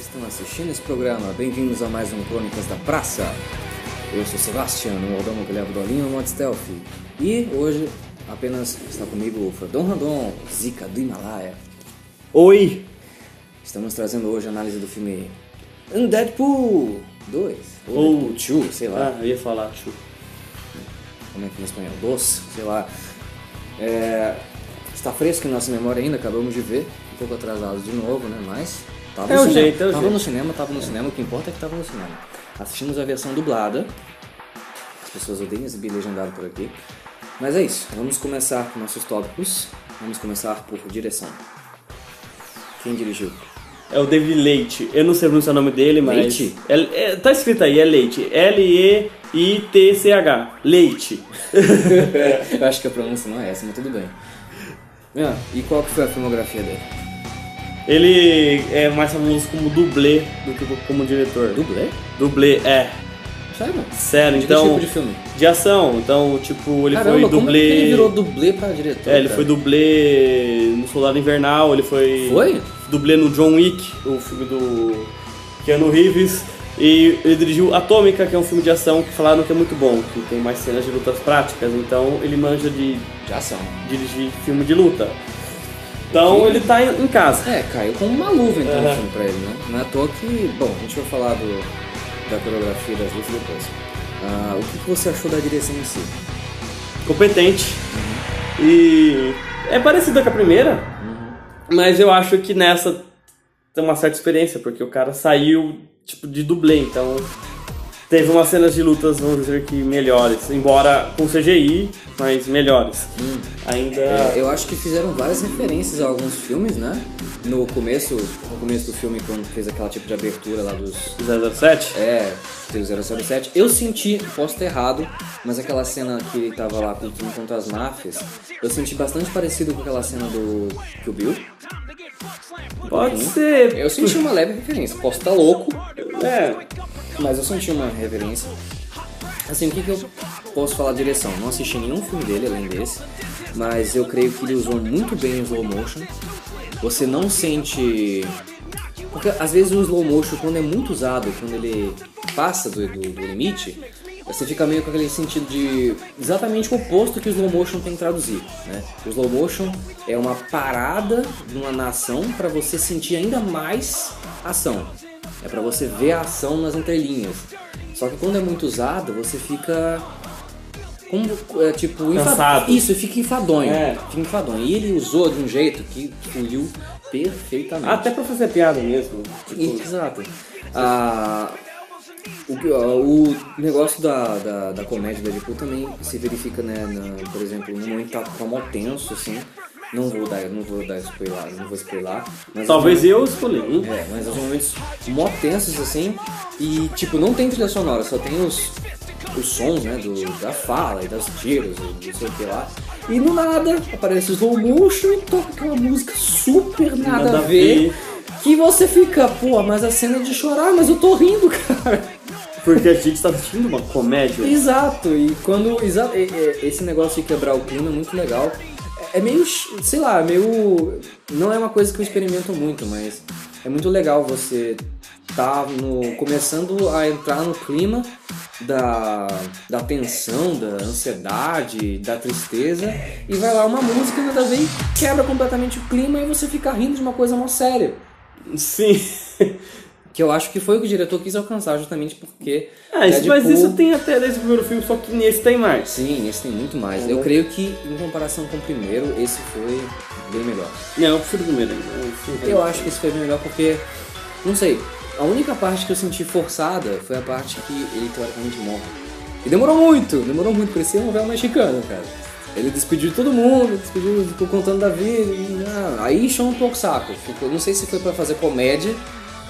estão assistindo esse programa. Bem-vindos a mais um Crônicas da Praça. Eu sou Sebastian, o Aldão que leva o Dolinho no modo stealth. E hoje apenas está comigo o Fredon Randon, Zika do Himalaia. Oi! Estamos trazendo hoje a análise do filme Undeadpool 2, ou Ou- Deadpool 2, sei lá. Ah, eu ia falar, chu. como é que é em espanhol? Dos, sei lá. É, está fresco em nossa memória ainda, acabamos de ver, um pouco atrasados de novo, né? Mas tava É no o cinema. jeito, é o tava jeito. no cinema, tava no cinema, o que importa é que tava no cinema. Assistimos a versão dublada. As pessoas odeiam exibir legendado por aqui. Mas é isso, vamos começar com nossos tópicos. Vamos começar por direção. Quem dirigiu? É o David Leite. Eu não sei pronunciar o nome dele, mas. Leite? É- é- tá escrito aí, é Leite. L-E-I-T-C-H. Leite. Eu acho que a pronúncia não é essa, mas tudo bem. Ah, E qual que foi a filmografia dele? Ele é mais famoso como dublê do que como diretor. Dublê? Dublê, é. Sério? Sério, De que então. tipo de filme? de ação. Então, tipo, ele Caramba, foi como dublê. que ele virou dublê pra diretor? É, ele cara? foi dublê no Soldado Invernal, ele foi. Foi? Dublê no John Wick, o filme do Keanu Reeves. E ele dirigiu Atômica, que é um filme de ação que falaram que é muito bom, que tem mais cenas de lutas práticas, então ele manja de De ação. dirigir filme de luta. Então ele tá em em casa. É, caiu como uma luva então o Aham. filme pra ele, né? Não é à toa que. Bom, a gente vai falar do, da coreografia das lutas depois. Ah, o que, que você achou da direção em si? Competente. E é parecida com a primeira, mas eu acho que nessa tem uma certa experiência, porque o cara saiu tipo de dublê, então teve umas cenas de lutas, vamos dizer que melhores, embora com CGI, mas melhores. Ainda É, eu acho que fizeram várias referências a alguns filmes, né? No começo, no começo do filme, quando fez aquela tipo de abertura lá dos, 007. É, tem o 007. Eu senti, posso estar errado, mas aquela cena que ele tava lá com o filme contra as máfias, eu senti bastante parecido com aquela cena do Kill Bill. Pode ser. Eu senti uma leve referência. Posso estar louco, É, mas eu senti uma referência. Assim, o que, que eu posso falar de direção? Não assisti nenhum filme dele além desse, mas eu creio que ele usou muito bem o slow motion. Você não sente. Porque às vezes o slow motion, quando é muito usado, quando ele passa do, do- do limite, você fica meio com aquele sentido de exatamente o oposto que o slow motion tem que traduzir. Né? O slow motion é uma parada numa na ação para você sentir ainda mais ação. É para você ver a ação nas entrelinhas. Só que quando é muito usado, você fica como é, tipo enfa- Cansado. Isso, fica enfadonho. É. Fica enfadonho. E ele usou de um jeito que fluiu perfeitamente. até pra fazer piada mesmo. Tipo, Exato. Ah, o, que- ah, o negócio da, da, da comédia da Deadpool também se verifica, né, na- por exemplo, no momento que tá, tá mó tenso, assim. Não vou dar, não vou dar spoiler, não vou spoiler. mas- talvez eu escolhi. hein? é, mas os momentos mó tensos assim. E tipo, não tem trilha sonora, só tem os, os sons, né? Do, da fala e dos tiros e não sei o que lá. E no nada aparece o slow motion e toca aquela música super nada, Nada a a ver. ver. Que você fica, pô, mas a cena é de chorar, mas eu tô rindo, cara. Porque a gente tá assistindo uma comédia. Exato, e quando. exa- e- e- esse negócio de quebrar o clima é muito legal. É é meio. ch- sei lá, é meio. Não é uma coisa que eu experimento muito, mas é muito legal você tá no, começando a entrar no clima da, da tensão, da ansiedade, da tristeza, e vai lá uma música nada a ver e quebra completamente o clima e você fica rindo de uma coisa mó séria. Sim. Que eu acho que foi o que o diretor quis alcançar, justamente porque. Ah, isso, mas Deadpool- isso tem até desde o primeiro filme, só que nesse tem mais. Sim, esse tem muito mais. Eu Uhum. creio que, em comparação com o primeiro, esse foi bem melhor. Não, eu prefiro o primeiro ainda. Esse- Eu acho que esse foi bem melhor porque, não sei, a única parte que eu senti forçada foi a parte que ele teoricamente morre. E demorou muito, demorou muito, parecia uma novela mexicana, cara. Ele despediu todo mundo, despediu, ficou contando da vida, e, ah, aí encheu um pouco o saco. Ficou- não sei se foi pra fazer comédia,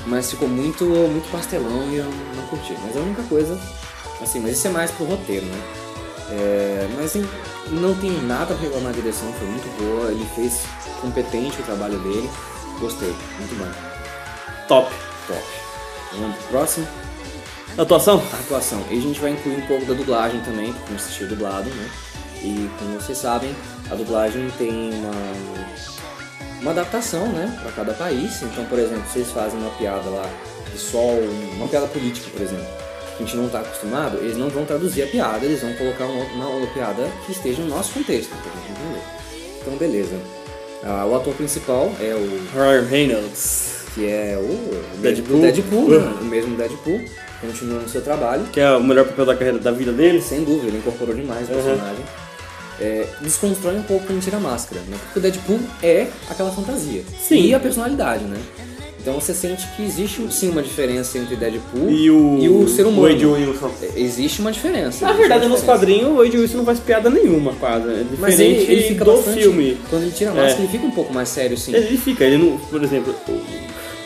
mas ficou muito, muito pastelão e eu não curti. Mas é a única coisa, assim, mas isso é mais pro roteiro, né? É, mas em- não tem nada pra reclamar da direção, foi muito boa, ele fez competente o trabalho dele, gostei, muito bom, Top. top. Vamos pro próximo, Atuação? a atuação. E a gente vai incluir um pouco da dublagem também, porque eu assisti o dublado, né? E como vocês sabem, a dublagem tem uma, uma adaptação, né, pra cada país. Então, por exemplo, vocês fazem uma piada lá visual, uma piada política, por exemplo, que a gente não está acostumado, eles não vão traduzir a piada, eles vão colocar uma, uma outra piada que esteja no nosso contexto, pra gente entender. Então, beleza. Ah, o ator principal é o Ryan Reynolds, que é o Deadpool. Deadpool, né? o mesmo Deadpool, continuando seu trabalho. que é o melhor papel da carreira da vida dele. Sem dúvida, ele incorporou demais o Uhum. personagem. É, desconstrói um pouco quando tira a máscara, né? Porque o Deadpool é aquela fantasia. Sim. E a personalidade, né? Então você sente que existe sim uma diferença entre Deadpool E o, e o ser humano. É, Wade Wilson. Existe uma diferença. Na existe verdade, uma nos diferença. quadrinhos, o Wade Wilson não faz piada nenhuma, quase. É diferente Mas ele, ele fica do bastante- filme. É. Quando ele tira a máscara, ele fica um pouco mais sério, sim. Ele fica, ele não. Por exemplo,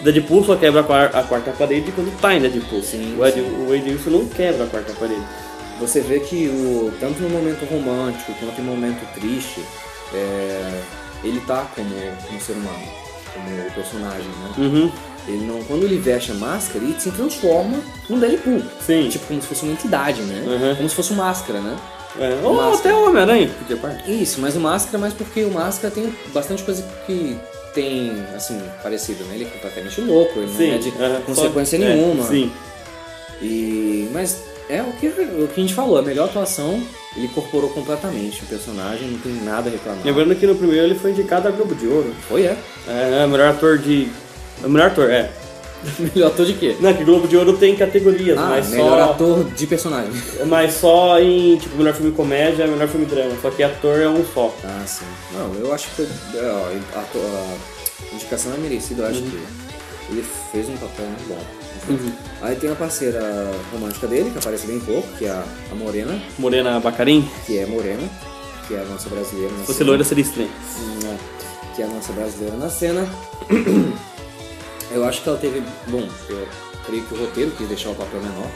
o Deadpool só quebra a quar- a quarta parede quando tá em Deadpool. Sim, o, Wade, o Wade Wilson não quebra a quarta parede. Você vê que o, tanto no momento romântico quanto no momento triste, é, ele tá como um ser humano, como personagem, né? Uhum. Ele não, quando ele veste a máscara, ele se transforma num Deadpool. Sim. Tipo, como se fosse uma entidade, né? Uhum. Como se fosse um Máscara, né? É, Ou Máscara. até o Homem-Aranha, porque parte. Isso, mas o Máscara é mais porque o Máscara tem bastante coisa que tem, assim, parecido, né? Ele é completamente louco, ele não é de aham, consequência só- é, nenhuma. sim. E, mas é o que, o que a gente falou, a melhor atuação, ele incorporou completamente o personagem, não tem nada a reclamar. Lembrando que no primeiro ele foi indicado a Globo de Ouro. Foi, é. É, é o melhor ator de. É o melhor ator, é. melhor ator de quê? Não, é que Globo de Ouro tem categorias, Ah, mas melhor só. ator de personagem. Mas só em, tipo, melhor filme comédia, melhor filme drama. Só que ator é um só. Ah, sim. Não, eu acho que foi. é, ó, a, a- a indicação é merecida, eu acho que ele fez um papel muito bom. Aí tem a parceira romântica dele, que aparece bem pouco, que é a, a Morena, Morena Bacarim, que é Morena, que é a nossa brasileira na se fosse cena. loira seria estranho. Hum, é. Que é a nossa brasileira na cena. Eu acho que ela teve. Bom, eu creio que o roteiro quis deixar o papel menor.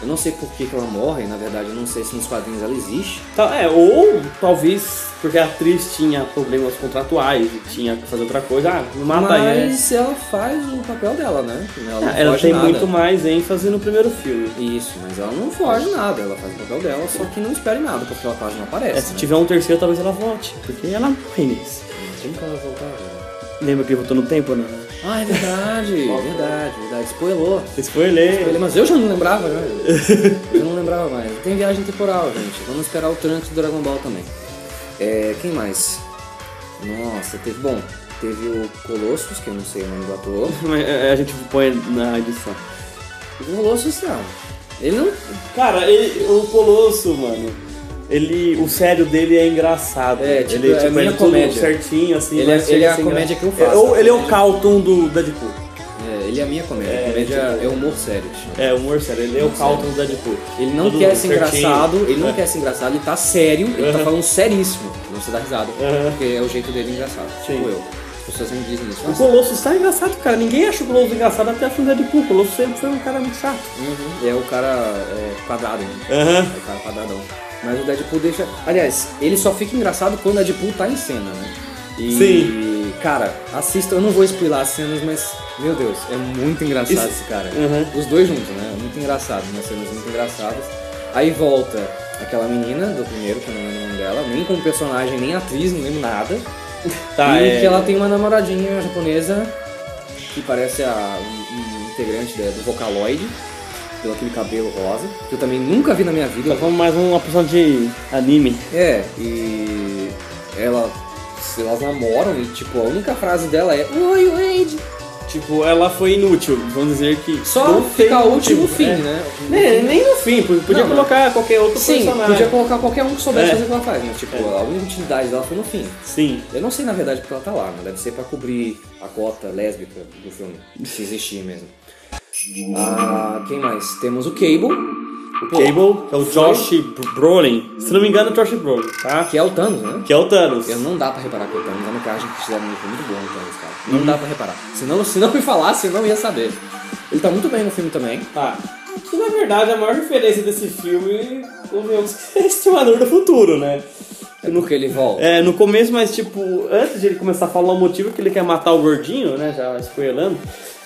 Eu não sei por que, que ela morre, na verdade, eu não sei se nos quadrinhos ela existe. Tá, é, ou talvez porque a atriz tinha problemas contratuais e tinha que fazer outra coisa. Ah, me mata aí. né? Mas ela faz o papel dela, né? Ela, não Ah, Ela foge tem nada. muito mais ênfase no primeiro filme. Isso, mas ela não foge nada, ela faz o papel dela, só que não espere nada, porque ela quase não É, aparece. se né? tiver um terceiro, talvez ela volte, porque ela é morre nisso. Como que ela vai voltar? velho? Lembra que ele voltou no tempo, né? Ah, é verdade, verdade, verdade. Spoilou. Spoiler! Spoilou, Mas eu já não lembrava, né? Eu não lembrava mais. Tem viagem temporal, gente. Vamos esperar o trânsito do Dragon Ball também. É, quem mais? Nossa, teve. Bom, teve o Colossus, que eu não sei o nome do ator. Mas, é, A gente põe na edição. O Colossus, não. Ele não. Cara, ele- o Colosso, mano, ele. O sério dele é engraçado. É, tipo, ele, é minha tudo comédia. certinho, assim. Ele é- mas chega ele é a ser comédia engraçado. que eu faço, É, ou tá? ele é o Calton do Deadpool. É, ele é a minha comédia. É, comédia tipo- é humor sério. que chama. É, o humor sério, ele é o Calton do Deadpool. Ele não Tudo quer ser certinho. engraçado, ele não É. quer ser engraçado, ele tá sério, ele tá Aham. falando seríssimo. Não se dá risada, Aham. porque é o jeito dele engraçado. Sim. Tipo eu. As pessoas me dizem isso. Ah, O Colosso está engraçado, cara. Ninguém acha o Colosso engraçado até acha o Deadpool. O Colosso sempre foi um cara muito chato. Uhum. É o cara é, quadrado, né? Aham. É o cara quadradão. Mas o Deadpool deixa. Aliás, ele só fica engraçado quando o Deadpool tá em cena, né? E, Sim. cara, assista. Eu não vou spoiler as cenas, mas, meu Deus, é muito engraçado Isso- esse cara. Uhum. Os dois juntos, né? Muito engraçado, umas cenas muito engraçadas. Aí volta aquela menina do primeiro, que eu não lembro o nome dela, nem como personagem, nem atriz, não lembro nada. Tá, e é- que ela tem uma namoradinha japonesa que parece a, um, um integrante da- do Vocaloid, pelo aquele cabelo rosa, que eu também nunca vi na minha vida. Nós tá, vamos mais uma opção de anime. É, e ela. Elas namoram e tipo, a única frase dela é Oi, Wade! Tipo, ela foi inútil. Vamos dizer que. Só não fica tem o último motivo, fim, é. né? É, nem no fim, porque podia Não, mas- colocar qualquer outro Sim, personagem. podia colocar qualquer um que soubesse É. fazer o que ela faz, mas tipo, a única utilidade dela foi no fim. Sim. Eu não sei na verdade porque ela tá lá, mas deve ser pra cobrir a cota lésbica do filme, se existir mesmo. Ah, quem mais? Temos o Cable, O Cable, que é o Josh Brolin. Se não me engano, é o Josh Brolin, tá? que é o Thanos, né? Que é o Thanos. Eu não dá pra reparar que é o Thanos, a maquiagem que fizeram no filme é muito bom, o Thanos, cara. Não dá pra reparar. Se não, se não me falasse, eu não ia saber. Ele tá muito bem no filme também. Tá. Que na verdade a maior diferença desse filme, convenhamos que é Estimador do Futuro, né? É porque ele volta. É, no começo, mas tipo, antes de ele começar a falar o motivo que ele quer matar o gordinho, né? Já espoelando,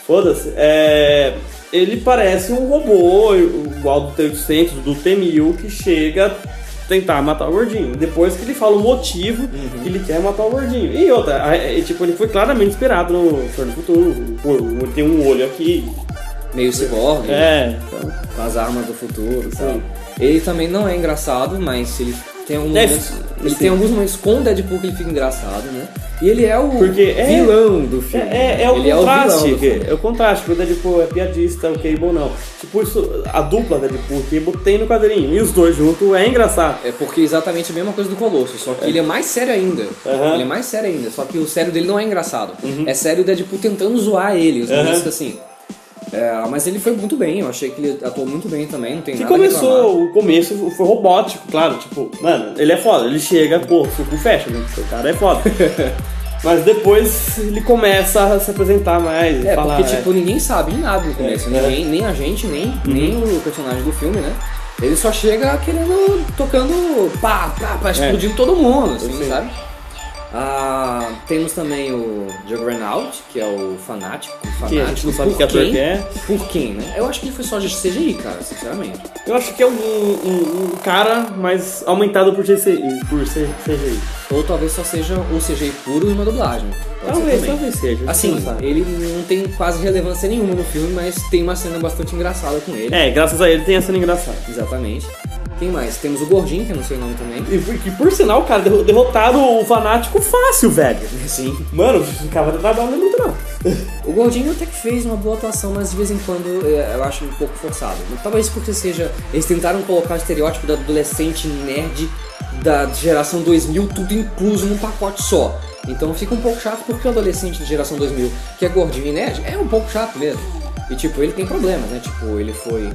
foda-se. É, ele parece um robô, igual do T-800, do T-1000, que chega a tentar matar o gordinho. Depois que ele fala o motivo que ele quer matar o gordinho. E outra, a- é, tipo, ele foi claramente inspirado no Senhor do Futuro. Pô, tem um olho aqui, meio ciborgue, É, então, com as armas do futuro e tal. Ele também não é engraçado, mas ele tem alguns É, momentos, ele sim. tem alguns momentos com o Deadpool que ele fica engraçado, né? E ele é o Porque é- vilão do filme. É, é, é né? o ele É contraste. É o vilão do o, filme. contraste, porque o Deadpool é piadista, o Cable não. Tipo, isso, a dupla Deadpool e Cable tem no quadrinho. E os dois juntos é engraçado. É porque é exatamente a mesma coisa do Colosso, só que ele é mais sério ainda. Aham. Uhum. Ele é mais sério ainda, só que o sério dele não é engraçado. É sério o Deadpool tentando zoar ele, os momentos Aham. assim. É, mas ele foi muito bem, eu achei que ele atuou muito bem também, não tem Que nada a reclamar. começou, o começo foi robótico, claro. Tipo, mano, ele é foda. Ele chega, pô, o cu fecha, né? O cara é foda. Mas depois ele começa a se apresentar mais, É, falar. porque, é. tipo, ninguém sabe de nada no começo. é. Uhum. Ninguém, nem a gente, nem, nem o personagem do filme, né? Ele só chega querendo, tocando pá, pá, É. pá, explodindo todo mundo, assim, sei. sabe? Ah, temos também o Diogo Renault, que é o fanático. Que fanático a gente não sabe por que ator quem- que é. Por quem, né? Eu acho que ele foi só de CGI, cara, sinceramente. Eu acho que é um, um- um cara, mas aumentado por GCI, por C- CGI. Ou talvez só seja o CGI puro e uma dublagem. Pode ser Talvez, também. talvez seja. Assim, não sabe. ele não tem quase relevância nenhuma no filme, mas tem uma cena bastante engraçada com ele. É, graças a ele tem a cena engraçada. Exatamente. Quem mais? Temos o Gordinho, que eu não sei o nome também. E por- que por sinal, cara, derro- derrotaram o fanático fácil, velho. Sim. Mano, o cara vai trabalho não é muito não. O Gordinho até que fez uma boa atuação, mas de vez em quando é, eu acho um pouco forçado. Talvez porque seja. Eles tentaram colocar o estereótipo do adolescente nerd da geração 2000, tudo incluso num pacote só. Então fica um pouco chato porque o adolescente de geração 2000, que é gordinho e nerd, é um pouco chato mesmo. E tipo, ele tem problemas, né? Tipo, ele foi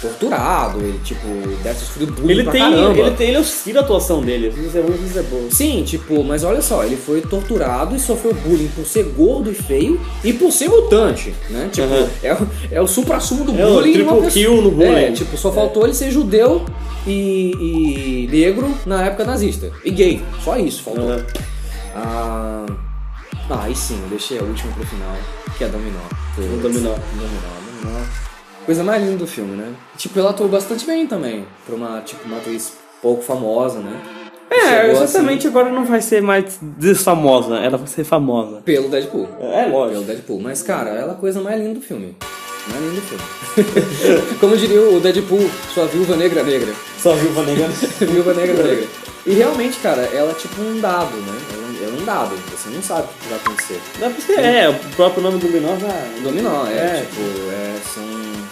torturado, ele tipo, deve ter sofrido bullying Ele pra tem, caramba. ele tem, ele oscila a atuação dele. Às vezes é ruim, às vezes é boa. Sim, tipo, mas olha só, ele foi torturado e sofreu bullying por ser gordo e feio e por ser mutante, né? Tipo, Aham. é, o- é o supra-sumo do É o bullying. em uma triple kill no bullying. É, tipo, só faltou ele ser judeu e, e negro na época nazista. E gay, só isso faltou. Aham. Ah, ah, aí sim, eu deixei a última pro final, que é a Dominó. O Dominó. Dominó, Dominó. Coisa mais linda do filme, né? Tipo, ela atuou bastante bem também, pra uma, tipo, uma atriz pouco famosa, né? É, Chegou assim- exatamente agora não vai ser mais desfamosa, ela vai ser famosa. Pelo Deadpool. É, Pelo lógico. Deadpool. Mas, cara, ela é a coisa mais linda do filme. Mais linda do filme. Como diria o Deadpool, sua viúva negra negra. Só viu o Negra. viúva negra negra. E realmente, cara, ela é tipo um dado, né? Ela é um- ela é um dado. Você não sabe o que vai acontecer. Dá pra ser- É, o próprio nome do Minó já. Dominó, é, É. tipo, é, são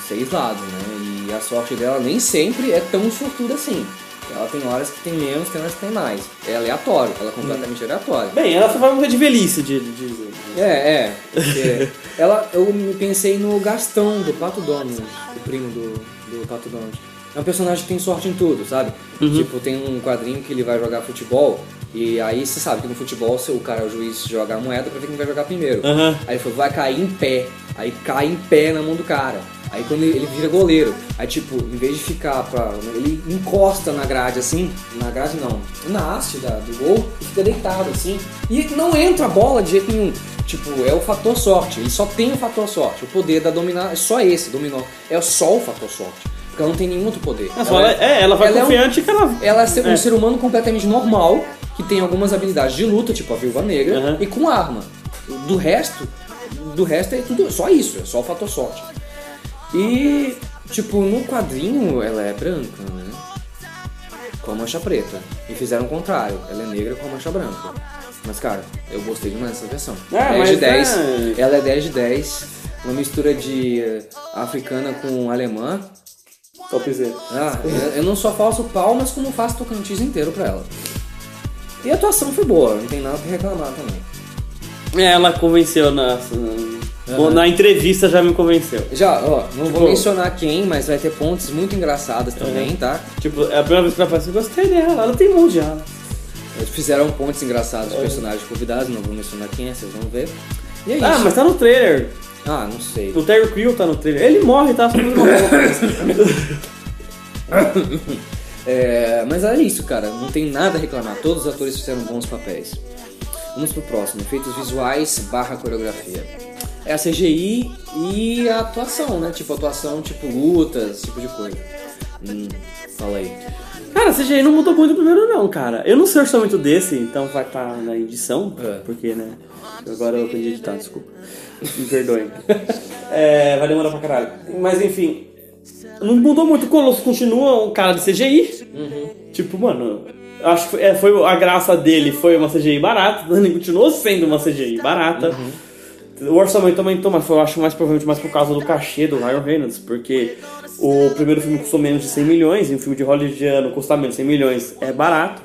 seis lados, né? E a sorte dela nem sempre é tão sortuda assim. Ela tem horas que tem menos, tem horas que tem mais. É aleatório, ela é completamente aleatória. Bem, ela só vai morrer de velhice, de, de dizer. É, é. Porque ela, eu me pensei no Gastão, do Pato Donald, o primo do, do Pato Donald. É um personagem que tem sorte em tudo, sabe? Tipo, tem um quadrinho que ele vai jogar futebol, e aí você sabe que no futebol se o cara, o juiz, joga a moeda pra ver quem vai jogar primeiro. Aham. Aí ele falou, vai cair em pé. Aí cai em pé na mão do cara. Aí quando ele, ele vira goleiro, aí tipo, em vez de ficar pra. Ele encosta na grade assim, na grade não, na haste da- do gol e fica deitado assim. E não entra a bola de jeito nenhum. Tipo, é o fator sorte. Ele só tem o fator sorte. O poder da dominar é só esse, dominó. É só o fator sorte. Porque ela não tem nenhum outro poder. Ela, só- é, ela vai ela é um- confiante que ela. Ela é ser- um ser humano completamente normal, que tem algumas habilidades de luta, tipo a viúva negra, Aham. e com arma. Do resto, do resto é tudo só isso, é só o fator sorte. E, tipo, no quadrinho ela é branca, né? Com a mancha preta. E fizeram o contrário, ela é negra com a mancha branca. Mas, cara, eu gostei demais dessa versão. É, mas de 10. é- Ela é 10 de 10. Uma mistura de eh, africana com alemã. Topzera. Ah, eu- eu não só faço palmas, como faço tocantins inteiro pra ela. E a atuação foi boa, não tem nada pra reclamar também. É, Ela convenceu na. Aham. Na entrevista já me convenceu. Já, ó, não vou Tipo- mencionar quem, mas vai ter pontes muito engraçadas também, tá? Tipo, é a primeira vez que ela faz assim, gostei dela, ela tem mão de ala. É, Fizeram pontes engraçadas dos personagens convidados, não vou mencionar quem é, vocês vão ver. E é Ah, isso. mas tá no trailer. Ah, não sei. O Terry Crew tá no trailer. Ele morre, tá? Só fazendo uma bola. É, mas é isso, cara. Não tem nada a reclamar. Todos os atores fizeram bons papéis. Vamos pro próximo. Efeitos visuais barra coreografia. É a CGI e a atuação, né? Tipo, atuação, tipo, lutas, esse tipo de coisa. Hum, fala aí. Cara, CGI não mudou muito do primeiro não, cara. Eu não sei o orçamento desse, então vai estar na edição, É. porque, né? Agora eu aprendi a editar, desculpa. Me perdoem. É, vai demorar pra caralho. Mas enfim, não mudou muito. O Colosso continua um cara de CGI. Tipo, mano, eu acho que foi- é, foi a graça dele foi uma CGI barata. Ele continuou sendo uma CGI barata. O orçamento aumentou, mas foi, eu acho mais provavelmente mais por causa do cachê do Ryan Reynolds, porque o primeiro filme custou menos de 100 milhões, e um filme de hollywoodiano custar menos de 100 milhões é barato,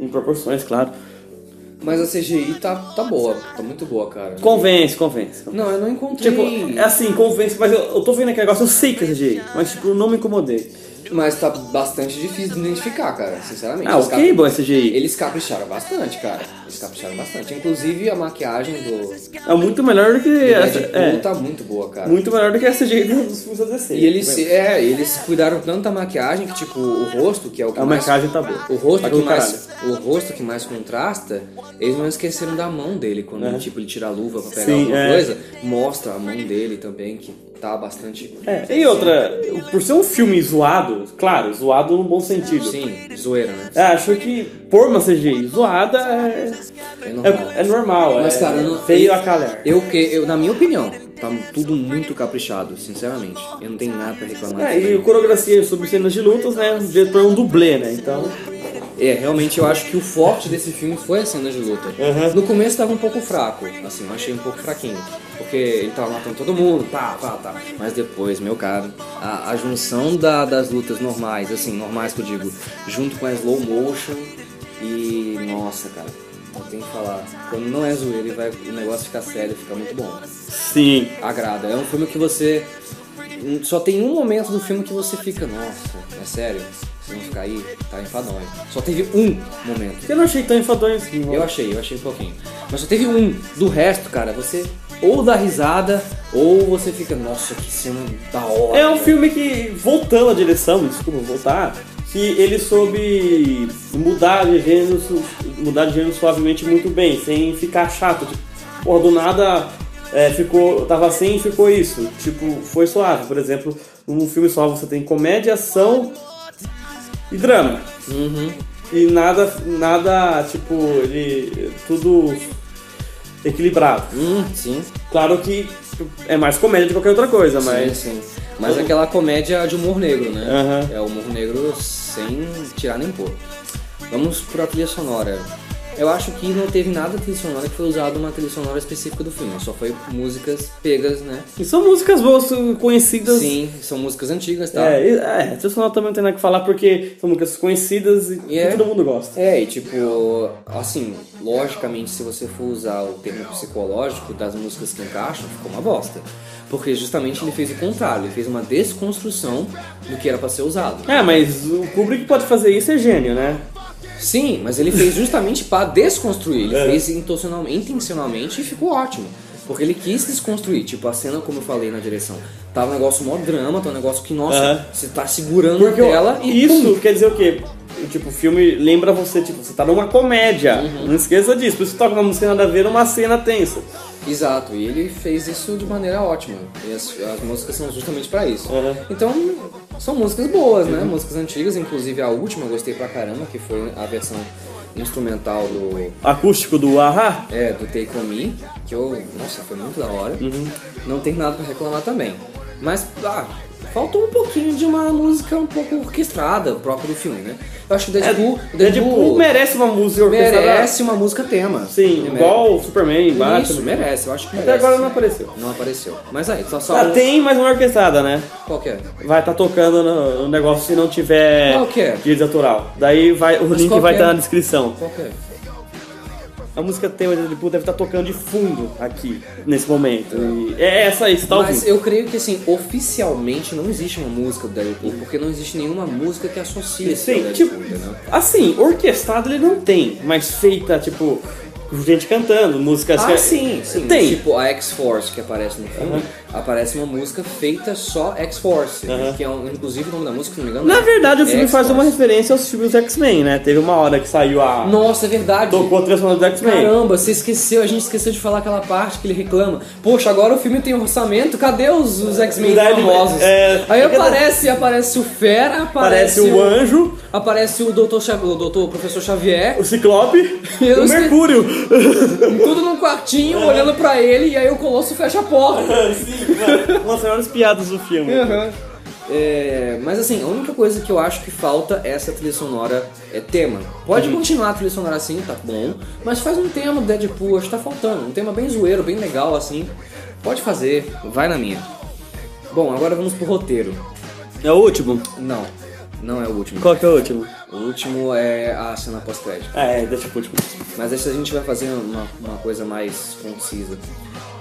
em proporções, claro. Mas a CGI tá, tá boa, tá muito boa, cara. Convence, convence. Não, eu não encontrei. Tipo, é assim, convence, mas eu, eu tô vendo aquele negócio, eu sei que é CGI, mas tipo, eu não me incomodei. Mas tá bastante difícil de identificar, cara, sinceramente. Ah, Eles ok, cap- bom é CGI. Eles capricharam bastante, cara. Eles capricharam bastante. Inclusive a maquiagem do do É muito melhor do que essa. Deadpool É, tá muito boa, cara. muito melhor do que a CGI dos filmes da DC. E eles, é, eles cuidaram tanto da maquiagem que, tipo, o rosto, que é o que A mais... maquiagem tá boa. O rosto, Tá que do mais, o rosto que mais contrasta, eles não esqueceram da mão dele quando tipo, ele tira a luva pra pegar É. Sim, alguma é. coisa. Mostra a mão dele também, que tá bastante. É, e outra, por ser um filme zoado, claro, zoado no bom sentido. Sim, zoeira, né? É, acho que pôr uma CGI zoada é, É normal. é, é normal. Mas, é, cara, eu não- Veio a calhar. Eu, que, eu, na minha opinião, tá tudo muito caprichado, sinceramente. Eu não tenho nada pra reclamar. É, e coreografia sobre cenas de lutas, né? O diretor é um dublê, né? Então. É, realmente eu acho que o forte desse filme foi a cena de luta. Uhum. No começo tava um pouco fraco, assim, eu achei um pouco fraquinho. Porque ele tava matando todo mundo, pá, pá, tá. Mas depois, meu cara, a, a junção da- das lutas normais, assim, normais que eu digo, junto com a slow motion e. Nossa, cara, não tem o que falar. Quando não é zoeira, ele vai, o negócio fica sério, fica muito bom. Sim. Agrada. É um filme que você. Só tem um momento do filme que você fica, nossa, é sério? Se não ficar aí, tá enfadonho. Só teve um momento. Eu não achei tão enfadonho assim. Eu achei, eu achei um pouquinho. Mas só teve um. Do resto, cara, você ou dá risada, ou você fica, nossa, que cena da hora. É um filme que, voltando à direção, desculpa, voltar, que ele soube mudar de gênero, su- mudar de gênero suavemente muito bem, sem ficar chato. Tipo, porra, do nada é, ficou, tava assim e ficou isso. Tipo, foi suave. Por exemplo, num filme só você tem comédia, ação e drama. Uhum. E nada, nada, tipo, ele. tudo equilibrado. Hum, sim. Claro que é mais comédia de qualquer outra coisa, mas. Mas, sim. Mas aquela comédia de humor negro, né? Aham. É o humor negro sem tirar nem pôr. Vamos pra trilha sonora. Eu acho que não teve nada de trilha sonora que foi usado uma trilha sonora específica do filme. Só foi músicas pegas, né? E são músicas boas, uh, conhecidas. Sim, são músicas antigas, tá? É, e- é, a trilha sonora também não tem nada que falar porque são músicas conhecidas e E é- que todo mundo gosta. É, e tipo, assim, logicamente, se você for usar o termo psicológico das músicas que encaixam, ficou uma bosta. Porque justamente ele fez o contrário, ele fez uma desconstrução do que era pra ser usado. É, mas o público que pode fazer isso é gênio, né? Sim, mas ele fez justamente pra desconstruir, ele É. fez intencional- intencionalmente e ficou ótimo. Porque ele quis desconstruir, tipo, a cena, como eu falei na direção, tava um negócio mó drama, tá um negócio que, nossa, Aham. você tá segurando Porque eu- ela e isso quer dizer o quê? Tipo, o filme lembra você, tipo, você tá numa comédia. Uhum. Não esqueça disso. Por isso que toca uma música nada a ver numa cena tensa. Exato, e ele fez isso de maneira ótima. E as, as músicas são justamente pra isso. Uhum. Então, são músicas boas, né? Músicas antigas, inclusive a última eu gostei pra caramba, que foi a versão instrumental do, Acústico do Ahá. é, do Take On Me, que eu, nossa, foi muito da hora. Uhum. Não tem nada pra reclamar também. Mas, ah, faltou um pouquinho de uma música um pouco orquestrada, própria do filme, né? Eu acho que o Deadpool, o É, Deadpool tipo, merece uma música orquestrada. merece uma música tema. Sim, Ele igual o Superman, merece. Batman. Isso, merece, eu acho que Até merece. agora não apareceu. Não apareceu. Mas aí, só só Ah, um- tem mais uma orquestrada, né? Qual que é? Vai tá tocando no, no negócio se não tiver Qual que é? direito autoral. Daí vai, o link qual vai que estar é? na descrição. Qual que é? A música tema de Deadpool deve estar tocando de fundo aqui, nesse momento. E é essa aí, você tá Mas ouvindo. eu creio que assim, oficialmente não existe uma música do Deadpool, porque não existe nenhuma música que associe esse Sim, Deadpool, tipo, entendeu? assim, orquestrado ele não tem, mas feita, tipo, gente cantando, músicas Ah, que- é sim, sim. Tem. Tipo a X-Force que aparece no filme, aparece uma música feita só X-Force, Aham. que é um, inclusive o nome da música, se não me engano. Na verdade, o é filme faz uma X-Force. referência aos filmes X-Men, né? Teve uma hora que saiu a. Nossa, é verdade. Tocou três semanas do X-Men. Caramba, você esqueceu, a gente esqueceu de falar aquela parte que ele reclama. Poxa, agora o filme tem orçamento, cadê os, os X-Men Daí ele- famosos? é, Aí é que- aparece, aparece o Fera, aparece, Parece o anjo, Aparece o Dr. Xav- o Dr. Professor Xavier, o Ciclope e Eu o sei- Mercúrio. tudo num quartinho, olhando pra ele, e aí o Colosso fecha a porta. Sim, mano, é uma das maiores piadas do filme. É, mas assim, a única coisa que eu acho que falta é essa trilha sonora é tema. Pode continuar a trilha sonora assim, tá bom, mas faz um tema do Deadpool, acho que tá faltando. Um tema bem zoeiro, bem legal assim. Pode fazer, vai na minha. Bom, agora vamos pro roteiro. É o último? Não, não é o último. Qual que é o último? O último é a cena pós-crédito. Ah, é, deixa pro último. Mas essa a gente vai fazer uma, uma coisa mais concisa.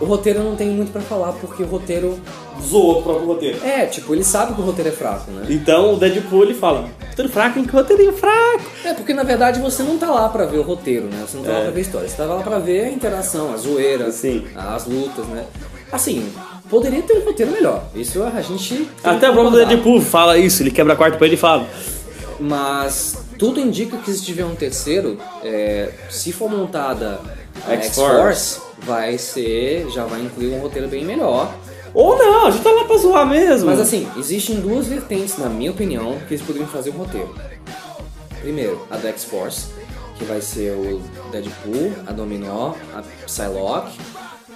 O roteiro eu não tem muito pra falar, porque o roteiro. Zoou o próprio roteiro. É, tipo, ele sabe que o roteiro é fraco, né? Então o Deadpool ele fala: roteiro fraco, hein? Que roteirinho fraco. É, porque na verdade você não tá lá pra ver o roteiro, né? Você não tá lá pra ver a história. Você tá lá pra ver a interação, a zoeira, É. Sim. as lutas, né? Assim, poderia ter um roteiro melhor. Isso a gente. tem Até que o próprio concordar. Deadpool fala isso, ele quebra a quarta pra ele e fala. Mas tudo indica que se tiver um terceiro, é, se for montada a X-Force. X-Force, vai ser. já vai incluir um roteiro bem melhor. Ou não, a gente tá lá pra zoar mesmo. Mas assim, existem duas vertentes, na minha opinião, que eles poderiam fazer o roteiro. Primeiro, a do X-Force, que vai ser o Deadpool, a Dominó, a Psylocke,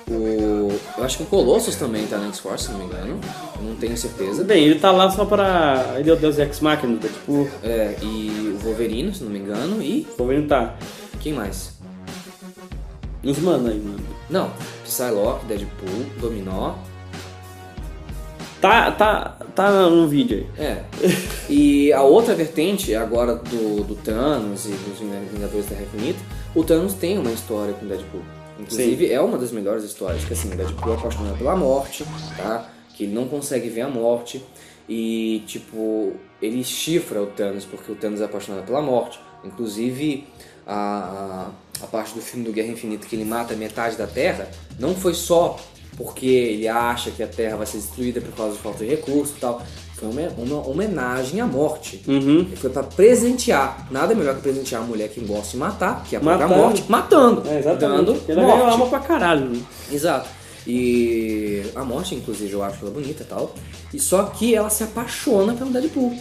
o. Eu acho que o Colossus também tá na X-Force, se não me engano. Eu Não tenho certeza. Bem, ele tá lá só pra. Ele é o Deus Ex Machina Tipo, do Deadpool. É, e o Wolverine, se não me engano, e. Vou ver tá. quem mais? Nos manda aí, mano. Não, Psylocke, Deadpool, Dominó. Tá, tá, tá no vídeo aí. É. E a outra vertente, agora do, do Thanos e dos Vingadores da Terra Infinita, o Thanos tem uma história com o Deadpool. Inclusive, é uma das melhores histórias, que assim, o Deadpool é apaixonado pela morte, tá? Que ele não consegue ver a morte. E, tipo, ele chifra o Thanos, porque o Thanos é apaixonado pela morte. Inclusive, a, a, a parte do filme do Guerra Infinita que ele mata metade da Terra, não foi só porque ele acha que a Terra vai ser destruída por causa de falta de recursos e tal. Foi uma, uma homenagem à morte. Uhum. Ele Foi pra presentear. Nada melhor que presentear a mulher que gosta de matar, que é a própria Matando. morte, matando. É, Dando exatamente. Ela ganhou morte. alma pra caralho. né? Exato. E a morte, inclusive, eu acho ela bonita e tal. E só que ela se apaixona pelo Deadpool.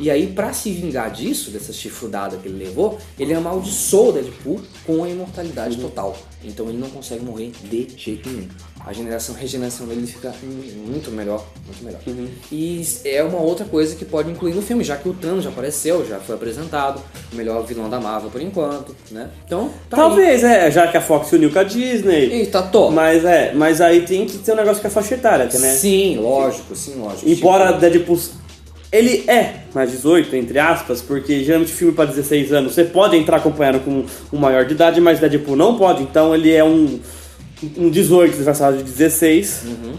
E aí, pra se vingar disso, dessa chifrudada que ele levou, ele amaldiçoou o Deadpool com a imortalidade total. Então ele não consegue morrer de jeito nenhum. A generação, regeneração dele fica hum, muito melhor, muito melhor. E é uma outra coisa que pode incluir no filme, já que o Thanos já apareceu, já foi apresentado, o melhor vilão da Marvel por enquanto, né? Então, tá aí. Talvez, é, já que a Fox se uniu com a Disney. Eita, top. Mas é, mas aí tem que ter um negócio com a faixa etária, né? Sim, tipo- lógico, sim, lógico. Embora Deadpool. Ele é mais 18, entre aspas, porque geralmente filme pra 16 anos você pode entrar acompanhando com um maior de idade, mas Deadpool não pode, então ele é um, um 18 disfarçado de 16. Uhum.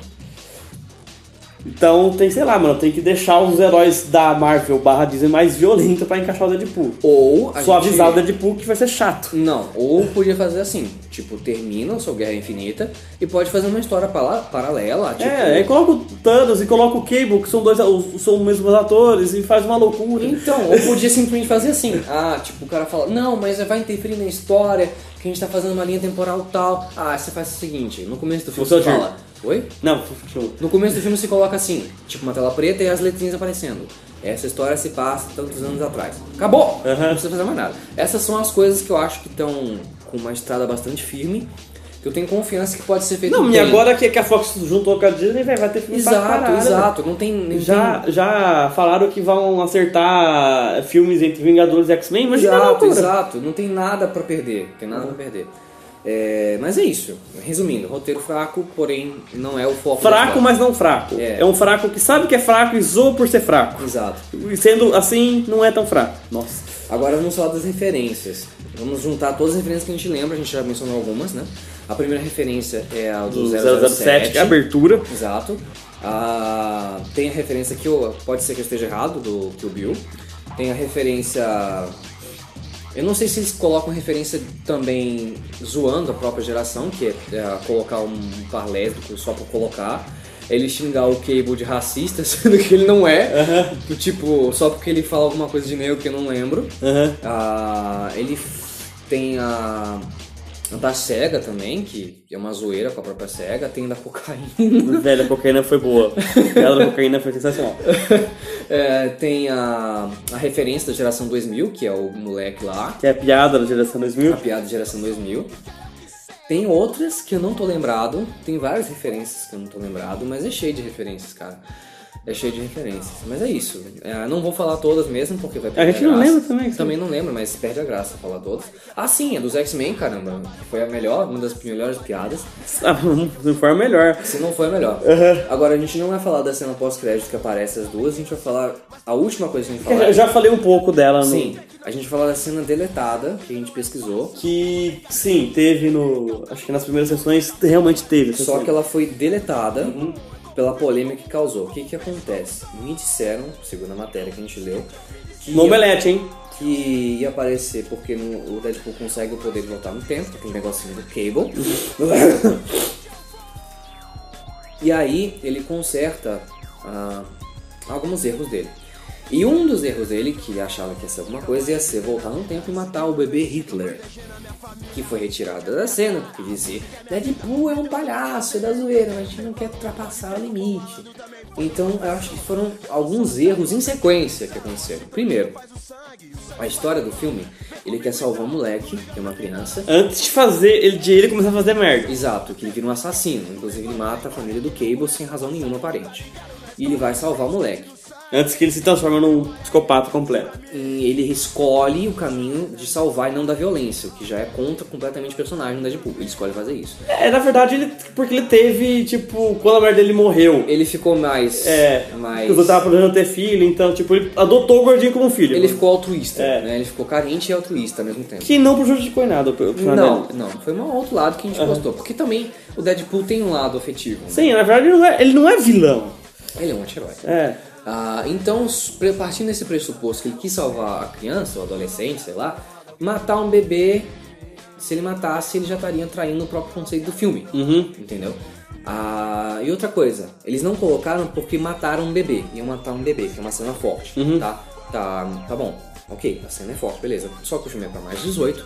Então tem, sei lá, mano, tem que deixar os heróis da Marvel barra Disney mais violento pra encaixar o Deadpool. Ou a Suavizar gente... o Deadpool que vai ser chato. Não, ou podia fazer assim, tipo, termina a sua Guerra Infinita e pode fazer uma história pala- paralela, tipo... É, aí coloca o Thanos e coloca o Cable, que são dois os- são os mesmos atores, e faz uma loucura. Então, ou podia simplesmente fazer assim, ah, tipo, o cara fala, não, mas vai interferir na história, que a gente tá fazendo uma linha temporal tal. Ah, você faz o seguinte, no começo do filme Você você tira. fala... Oi? Não, continua. No começo do filme se coloca assim, tipo uma tela preta e as letrinhas aparecendo. Essa história se passa tantos anos atrás. Acabou! Não precisa fazer mais nada. Essas são as coisas que eu acho que estão com uma estrada bastante firme, que eu tenho confiança que pode ser feito Não, bem. e agora que, que a Fox juntou com a Disney, véi, vai ter filme pra Exato, caralho, né? exato. Não tem... véi. Não Já, já falaram que vão acertar filmes entre Vingadores e X-Men, tem... mas é Exato, loucura. exato. Não tem nada pra perder. Não tem nada pra perder. É, mas é isso. Resumindo, roteiro fraco, porém não é o foco da Fraco, história. mas não fraco. É. É. um fraco que sabe que é fraco e zoa por ser fraco. Exato. E sendo assim, não é tão fraco. Nossa. Agora vamos falar das referências. Vamos juntar todas as referências que a gente lembra, a gente já mencionou algumas, né? A primeira referência é a do, Do 007. 007, que é a abertura. Exato. Ah, tem a referência que eu, pode ser que eu esteja errado, do Kill Bill. Tem a referência Eu não sei se eles colocam referência também zoando a própria geração, que é, é, colocar um par lésbico só pra colocar. Ele xingar o Cable de racista, sendo que ele não é. Do Tipo, só porque ele fala alguma coisa de negro que eu não lembro. Aham. Ah, ele f- tem a, a da SEGA também, que é uma zoeira com a própria SEGA. Tem da cocaína. Velho, a cocaína foi boa. Ela da cocaína foi sensacional. É, tem a, a referência da geração 2000, que é o moleque lá. Que é a piada da geração A 2000. piada da geração 2000. Tem outras que eu não tô lembrado. Tem várias referências que eu não tô lembrado, mas é cheio de referências, cara. É cheio de referências. Mas é isso. É, não vou falar todas mesmo, porque vai perder gente não graça. lembra também, sim. Também não lembro, mas perde a graça falar todas. Ah, sim, é dos X-Men, caramba. Foi a melhor, uma das melhores piadas. Ah, não foi a melhor. Se não foi a melhor. Agora, a gente não vai falar da cena pós-crédito que aparece as duas. A gente vai falar... A última coisa que a gente vai falar... Eu já falei um pouco dela no, Sim, a gente fala da cena deletada que a gente pesquisou, que sim, teve no. Acho que nas primeiras sessões realmente teve. essa só cena. que ela foi deletada pela polêmica que causou. O que que acontece? Me disseram, segundo a matéria que a gente leu, que, No omelete, hein? que ia aparecer porque no- o Deadpool consegue o poder de voltar no tempo, aquele negocinho do Cable. e aí ele conserta ah, alguns erros dele. E um dos erros dele, que ele achava que ia ser alguma coisa, ia ser voltar no tempo e matar o bebê Hitler. que foi retirada da cena, porque dizia Deadpool é um palhaço, é da zoeira, mas a gente não quer ultrapassar o limite. Então eu acho que foram alguns erros em sequência que aconteceram. Primeiro, a história do filme, ele quer salvar um moleque, que é uma criança. Antes de fazer. Ele, de ele começar a fazer merda. Exato, que ele vira um assassino, inclusive ele mata a família do Cable sem razão nenhuma aparente. E ele vai salvar o moleque. Antes que ele se transforme num psicopata completo. E ele escolhe o caminho de salvar e não da violência, o que já é contra completamente o personagem do Deadpool. Ele escolhe fazer isso. É, na verdade, ele. Porque ele teve, tipo, quando a merda dele morreu. Ele ficou mais. É, mais. porque os outros estavam planejando ter filho, então, tipo, ele adotou o gordinho como filho. Ele ficou altruísta, É. né? Ele ficou carente e altruísta ao mesmo tempo. Que não prejudicou em nada o personagem Não, dele. não, foi um outro lado que a gente gostou. Porque também o Deadpool tem um lado afetivo. Sim, na verdade, ele não é, ele não é vilão. Ele é um anti-herói. É. Ah, então, pre- partindo desse pressuposto que ele quis salvar a criança, ou adolescente, sei lá, matar um bebê, se ele matasse, ele já estaria traindo o próprio conceito do filme. Uhum. Entendeu? Ah, e outra coisa, eles não colocaram porque mataram um bebê. Iam matar um bebê, que é uma cena forte. Tá, tá, tá bom. Ok, a cena é forte, beleza. Só que o filme é pra mais 18.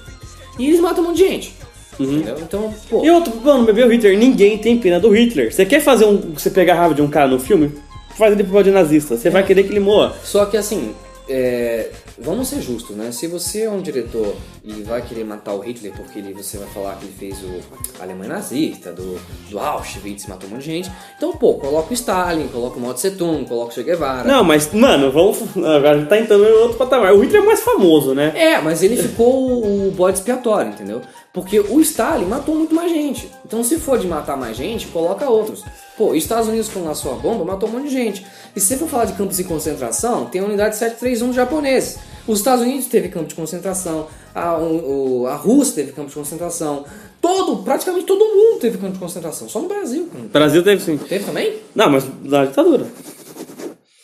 E eles matam um monte de gente. Entendeu? Então, pô. E outro, mano, bebeu Hitler, ninguém tem pena do Hitler. Você quer fazer um. Você pegar raiva de um cara no filme? Faz ele papel de nazista. Você vai querer que ele morra. Só que assim, é, vamos ser justos, né? Se você é um diretor e vai querer matar o Hitler porque ele, você vai falar que ele fez o a Alemanha nazista, do, do Auschwitz, matou um monte de gente, então, pô, coloca o Stalin, coloca o Mao Tse Tung, coloca o Che Guevara. Não, mas, mano, vamos. Agora tá entrando em outro patamar. O Hitler é mais famoso, né? É, mas ele ficou o- o bode expiatório, entendeu? Porque o Stalin matou muito mais gente. Então, se for de matar mais gente, coloca outros. Pô, Estados Unidos, quando lançou a bomba, matou um monte de gente. E se você for falar de campos de concentração, tem a unidade 731 japonesa. Os Estados Unidos teve campo de concentração, a, o- o- a Rússia teve campo de concentração. Todo, praticamente todo mundo teve campo de concentração. Só no Brasil. cara. O Brasil teve sim. Teve também? Não, mas na ditadura.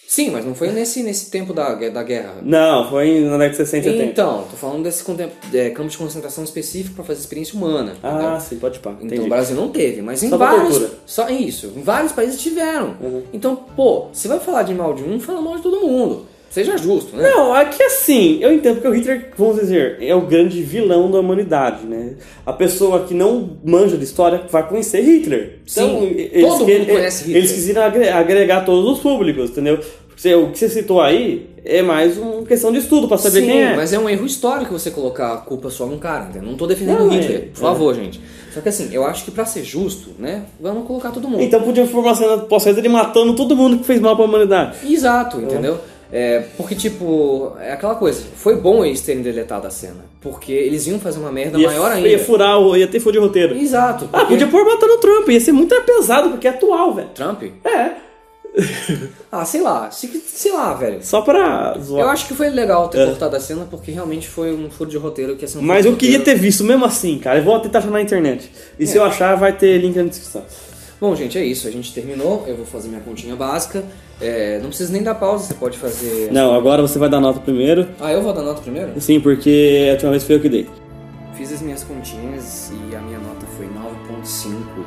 Sim, mas não foi nesse, nesse tempo da, gue- da guerra. Não, foi na década de 60 e 70. Então, tô falando desse contem- é, campo de concentração específico pra fazer experiência humana. Ah, entendeu? sim, pode pá. Entendi. Então o Brasil não teve, mas em Só pra vários. tortura. Uhum. Só isso, em vários países tiveram. Então, pô, você vai falar de mal de um, fala mal de todo mundo. Seja justo, né? Não, aqui assim, eu entendo que o Hitler, vamos dizer, é o grande vilão da humanidade, né? A pessoa que não manja de história vai conhecer Hitler. Então, Sim, eles todo que- mundo conhece Hitler. Eles quiseram agre- agregar todos os públicos, entendeu? Você- O que você citou aí é mais uma questão de estudo pra saber Sim, quem é. mas é um erro histórico você colocar a culpa só num cara, entendeu? Não tô defendendo Não, o Hitler, é. por favor, gente. Só que assim, eu acho que pra ser justo, né, vamos colocar todo mundo. Então podia formar uma cena pós-crédito ele matando todo mundo que fez mal pra humanidade. Exato, entendeu? É, porque, tipo, é aquela coisa. Foi bom eles terem deletado a cena. Porque eles iam fazer uma merda maior ainda. ia furar, o- ia ter furo de roteiro. Exato. Ah, porque- podia pôr matando o Trump, ia ser muito pesado, porque é atual, velho. Trump? É, Ah, sei lá. se- Sei lá, velho. só pra zoar. Eu acho que foi legal ter É. cortado a cena porque realmente foi um furo de roteiro que assim. Mas eu queria ter visto mesmo assim, cara. Eu vou tentar achar na internet. E se eu achar, vai ter link na descrição. Bom, gente, é isso. A gente terminou. Eu vou fazer minha continha básica. É, não precisa nem dar pausa, você pode fazer. Não, agora você vai dar nota primeiro. Ah, eu vou dar nota primeiro? Sim, porque a última vez foi eu que dei. Fiz as minhas continhas e a minha nota foi 9.5.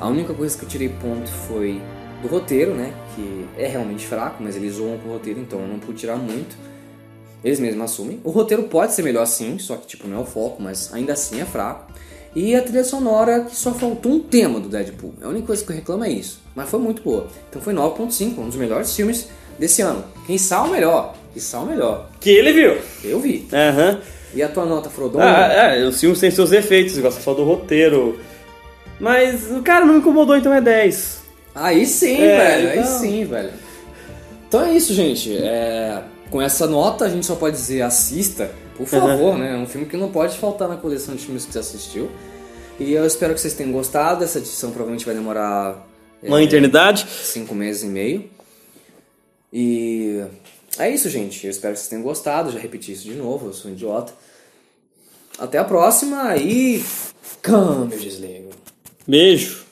A única coisa que eu tirei ponto foi do roteiro, né? Que é realmente fraco, mas eles zoam com o roteiro, então eu não pude tirar muito. Eles mesmos assumem. O roteiro pode ser melhor sim, só que tipo, não é o foco, mas ainda assim é fraco. E a trilha sonora, que só faltou um tema do Deadpool. A única coisa que eu reclamo é isso. Mas foi muito boa. Então foi 9.5, um dos melhores filmes desse ano. Quem sabe o melhor. Quem sabe o melhor. Que ele viu. Eu vi. Aham. E a tua nota, Frodon? Ah, é, os filmes têm seus defeitos, gosta só do roteiro. Mas o cara não me incomodou, então é 10. Aí sim, É, velho. Aí então. sim, velho. Então é isso, gente. É, com essa nota, a gente só pode dizer assista, por favor, né? É um filme que não pode faltar na coleção de filmes que você assistiu. E eu espero que vocês tenham gostado. Essa edição provavelmente vai demorar é, Uma eternidade. cinco meses e meio. E é isso, gente. Eu espero que vocês tenham gostado. Já repeti isso de novo, eu sou um idiota. Até a próxima e. Câmbio, desligo. Beijo.